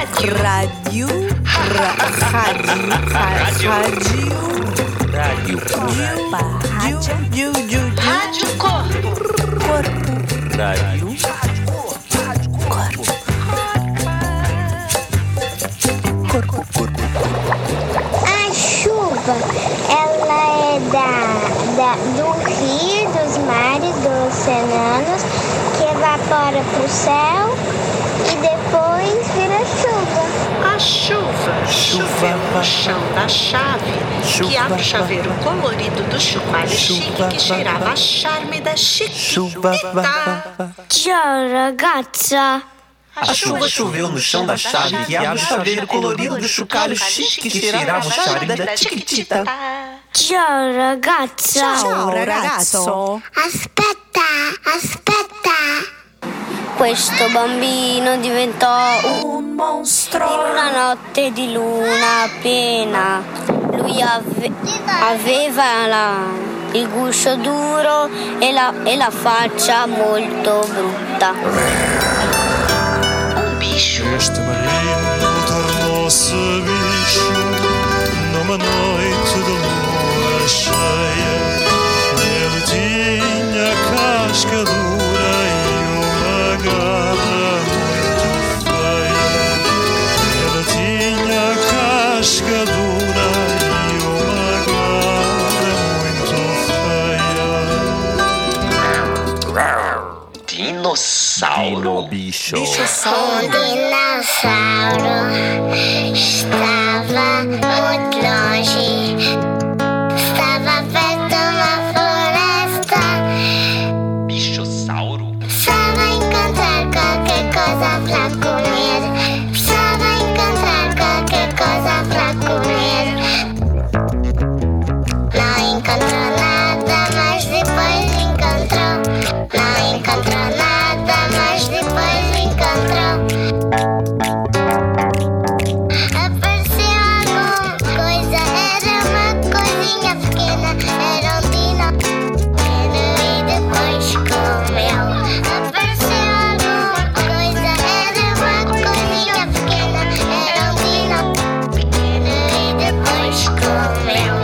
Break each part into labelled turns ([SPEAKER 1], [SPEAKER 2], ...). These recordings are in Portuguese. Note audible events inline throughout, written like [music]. [SPEAKER 1] Radio. ra- radio. Radio.
[SPEAKER 2] Rádio.
[SPEAKER 1] Radio. Rádio. Rádio. Corpo.
[SPEAKER 2] Rádio.
[SPEAKER 1] Corpo.
[SPEAKER 3] A chuva, ela é da, da- do rio, dos mares, dos oceanos, que evapora pro céu e depois vira chuva.
[SPEAKER 4] A chuva, choveu no chão da chave, que abre o chaveiro colorido do chocalho chique que cheirava a charme da chiquitita.
[SPEAKER 3] Ciao ragazza!
[SPEAKER 2] A chuva choveu no chão da chave que abre o chaveiro colorido do chocalho chique que cheirava o charme da tiquitita.
[SPEAKER 3] Ciao ragazza!
[SPEAKER 1] Ciao ragazzo.
[SPEAKER 3] Aspetta, aspetta! Questo bambino diventò
[SPEAKER 1] Un monstro.
[SPEAKER 3] In una notte di luna appena lui ave- aveva la- il guscio duro e la, e la faccia molto brutta.
[SPEAKER 4] Um bicho
[SPEAKER 5] Este menino tornou-se bicho numa noite de lua cheia. Ele tinha casca dura e uma garra muito feia. Ele tinha casca dura e uma garra muito feia.
[SPEAKER 2] Dinossauro. Bicho.
[SPEAKER 3] Un dinossauro stava molto longe, stava perto una foresta,
[SPEAKER 2] Bichossauro.
[SPEAKER 3] stava a incontrare qualche cosa fra comer, stava a incontrare qualche cosa fra comer. Não encontrou nada, mas depois encontrou. Não encontrou nada, mas depois encontrou. Apareceu alguma coisa, era uma coisinha pequena, era um dinossauro. E depois comeu. Apareceu alguma coisa, era uma coisinha pequena, era um dinossauro. E depois comeu.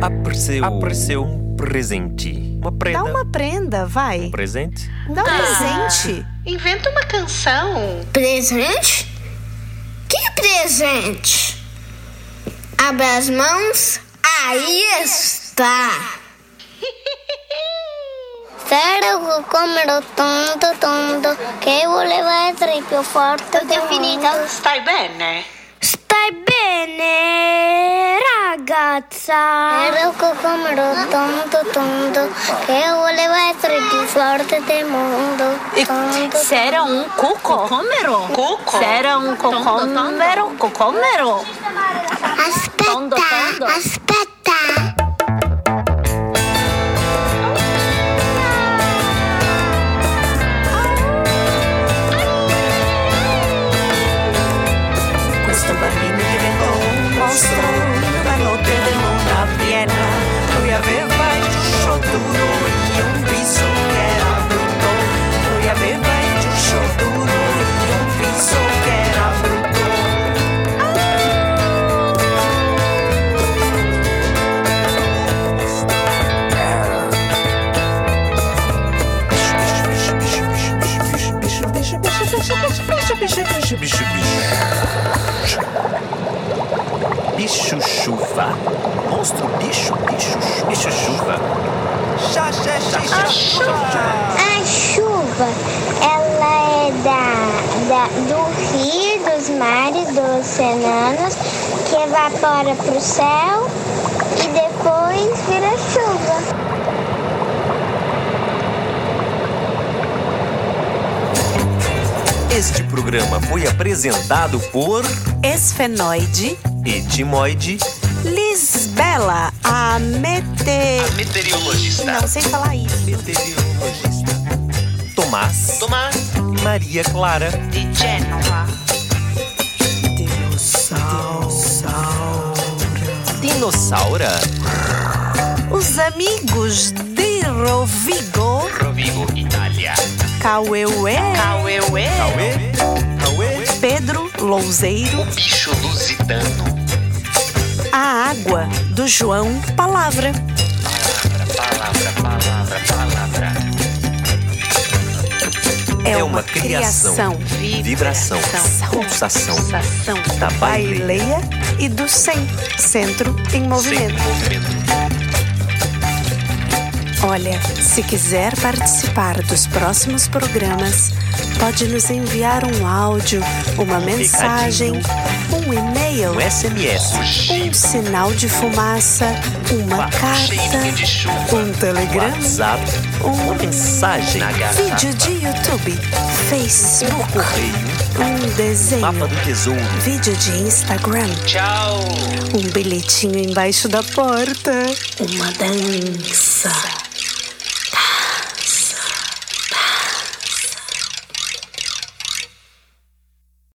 [SPEAKER 2] Apareceu. Apareceu um presente. Uma prenda.
[SPEAKER 1] Dá uma prenda, vai.
[SPEAKER 2] Presente?
[SPEAKER 1] Dá um presente.
[SPEAKER 4] inventa uma canção.
[SPEAKER 3] Presente? Que presente? Abra as mãos. Aí [laughs] está. Será comer tanto, tanto que volevo essere più forte del finito?
[SPEAKER 4] Stai bene?
[SPEAKER 3] Stai bene, ragazza? Ero cocomero tonto tonto che volevo essere più forte del mondo. Tonto,
[SPEAKER 6] Se era um coco. Cocômero.
[SPEAKER 4] Coco.
[SPEAKER 6] Se era um cocômero. Cocômero.
[SPEAKER 3] Aspetta,
[SPEAKER 6] Tondo, tondo.
[SPEAKER 3] aspetta.
[SPEAKER 1] Questo bambino diventò un mostro. La notte del mondo a Vienna. Lui aveva il ciuscio duro e un viso che era brutto. Lui aveva il ciuscio duro e un viso che era brutto.
[SPEAKER 2] Bicho chuva. Monstro bicho, bicho, chu- bicho chuva. Chá, chá, chá, chá, chá.
[SPEAKER 3] A chuva, ela é da, da- do rio, dos mares, dos oceanos, que evapora pro céu e depois vira chuva.
[SPEAKER 2] Este programa foi apresentado por
[SPEAKER 1] Esfenoide.
[SPEAKER 2] Etimoide
[SPEAKER 1] Lisbela, a mete...
[SPEAKER 2] Meteorologista.
[SPEAKER 1] Não sei falar isso.
[SPEAKER 2] Meteorologista. Tomás. Tomás. Maria Clara.
[SPEAKER 4] De Genova.
[SPEAKER 2] Dinossaura.
[SPEAKER 1] Os amigos de Rovigo.
[SPEAKER 2] Rovigo, Itália.
[SPEAKER 1] Caueuê,
[SPEAKER 4] Cauê,
[SPEAKER 2] Cauê, Cauê,
[SPEAKER 1] Pedro Louzeiro,
[SPEAKER 2] bicho lusitano.
[SPEAKER 1] A Água, do João Palavra.
[SPEAKER 2] Palavra, palavra, palavra.
[SPEAKER 1] É uma criação,
[SPEAKER 2] Vibração, pulsação,
[SPEAKER 4] Sensação.
[SPEAKER 2] da baileia.
[SPEAKER 1] baileia e do SEM, Centro em
[SPEAKER 2] Sem
[SPEAKER 1] Movimento.
[SPEAKER 2] movimento.
[SPEAKER 1] Olha, se quiser participar dos próximos programas, pode nos enviar um áudio, uma mensagem, um e-mail,
[SPEAKER 2] Um SMS.
[SPEAKER 1] um sinal de fumaça, uma
[SPEAKER 2] Cheirinho Um de
[SPEAKER 1] carta,
[SPEAKER 2] chuva.
[SPEAKER 1] um telegrama,
[SPEAKER 2] WhatsApp. Uma
[SPEAKER 1] um
[SPEAKER 2] mensagem na garrafa.
[SPEAKER 1] vídeo de YouTube, Facebook,
[SPEAKER 2] Correio.
[SPEAKER 1] um
[SPEAKER 2] Mapa
[SPEAKER 1] desenho,
[SPEAKER 2] do tesouro.
[SPEAKER 1] vídeo de Instagram,
[SPEAKER 2] Tchau.
[SPEAKER 1] um bilhetinho embaixo da porta,
[SPEAKER 6] Uma dança.